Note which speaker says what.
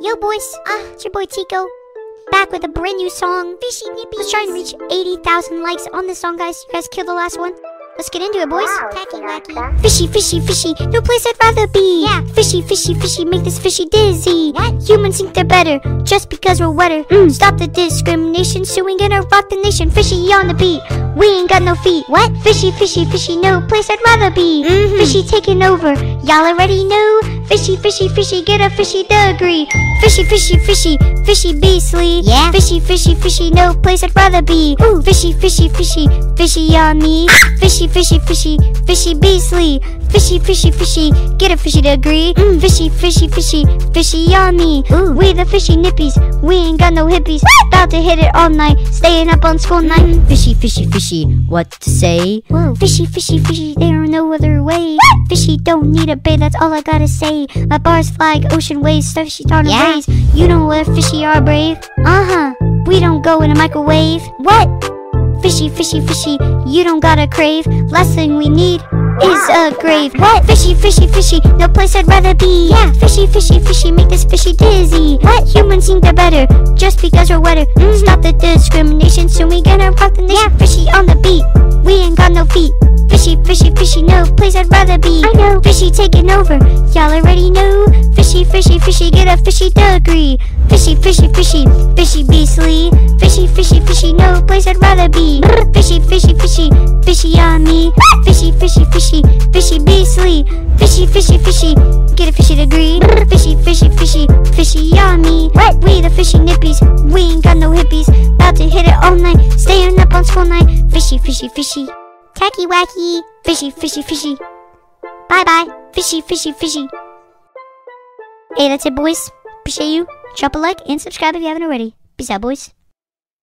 Speaker 1: Yo, boys. Ah, it's your boy Tico. Back with a brand new song. Fishy Nippy. Let's try and reach 80,000 likes on this song, guys. You guys killed the last one. Let's get into it, boys.
Speaker 2: Wow,
Speaker 1: Tacky
Speaker 2: Sinatra.
Speaker 1: wacky. Fishy, fishy, fishy. No place I'd rather be. Yeah. Fishy, fishy, fishy. Make this fishy dizzy. What? Mm. Humans think they're better just because we're wetter. Stop the discrimination. Suing gonna rock the nation. Fishy on the beat. We ain't got no feet. What? Mm-hmm. Fishy, fishy, fishy. No place I'd rather be. Fishy taking over. Y'all already know. Fishy, fishy, fishy. Get a fishy degree. Fishy, fishy, fishy. Fishy beastly. Yeah. Fishy, fishy, fishy. No place I'd rather be. Ooh. Fishy, fishy, fishy. Fishy on me. Fishy, fishy, fishy. Fishy beastly. Fishy, fishy, fishy. Get a fishy degree. Fishy, fishy, fishy. Fishy on me. Mm. Ooh. We the fishy nippies. We ain't got no hippies. About to hit it all night. Staying up on school night.
Speaker 3: Fishy, fishy, fishy, what to say?
Speaker 1: Whoa, fishy, fishy, fishy, there are no other way. Fishy don't need a bay, that's all I gotta say. My bars fly like ocean waves, stuff she's on
Speaker 3: Yeah.
Speaker 1: raise. You know where fishy are brave. Uh huh, we don't go in a microwave. What? Fishy, fishy, fishy, you don't gotta crave. Last thing we need is a grave. What? Fishy, fishy, fishy, no place I'd rather be. Yeah. Fishy, fishy, fishy, make this fishy dizzy. What? Mm-hmm. Humans think they're better just because we're wetter. Stop the discrimination, soon we gonna rock the nation. Fishy on the beat, we ain't got no feet. Fishy, fishy, fishy, no place I'd rather be. I know. Fishy taking over, y'all already know. Fishy, fishy, fishy, get a fishy degree. Fishy, fishy, fishy, fishy beastly. Fishy, fishy, fishy, no place I'd rather be. Fishy, fishy, fishy, fishy on me. Fishy, fishy, fishy, fishy beastly. Fishy, fishy, fishy, get a fishy degree. Fishy, fishy, fishy, fishy on me. We the fishy nippies, we ain't got no hippies. About to hit it all night, staying up on school night. Fishy, fishy, fishy. Tacky wacky. Fishy, fishy, fishy. Bye bye. Fishy, fishy, fishy. Hey, that's it, boys. Appreciate you. Drop a like and subscribe if you haven't already. Peace out, boys.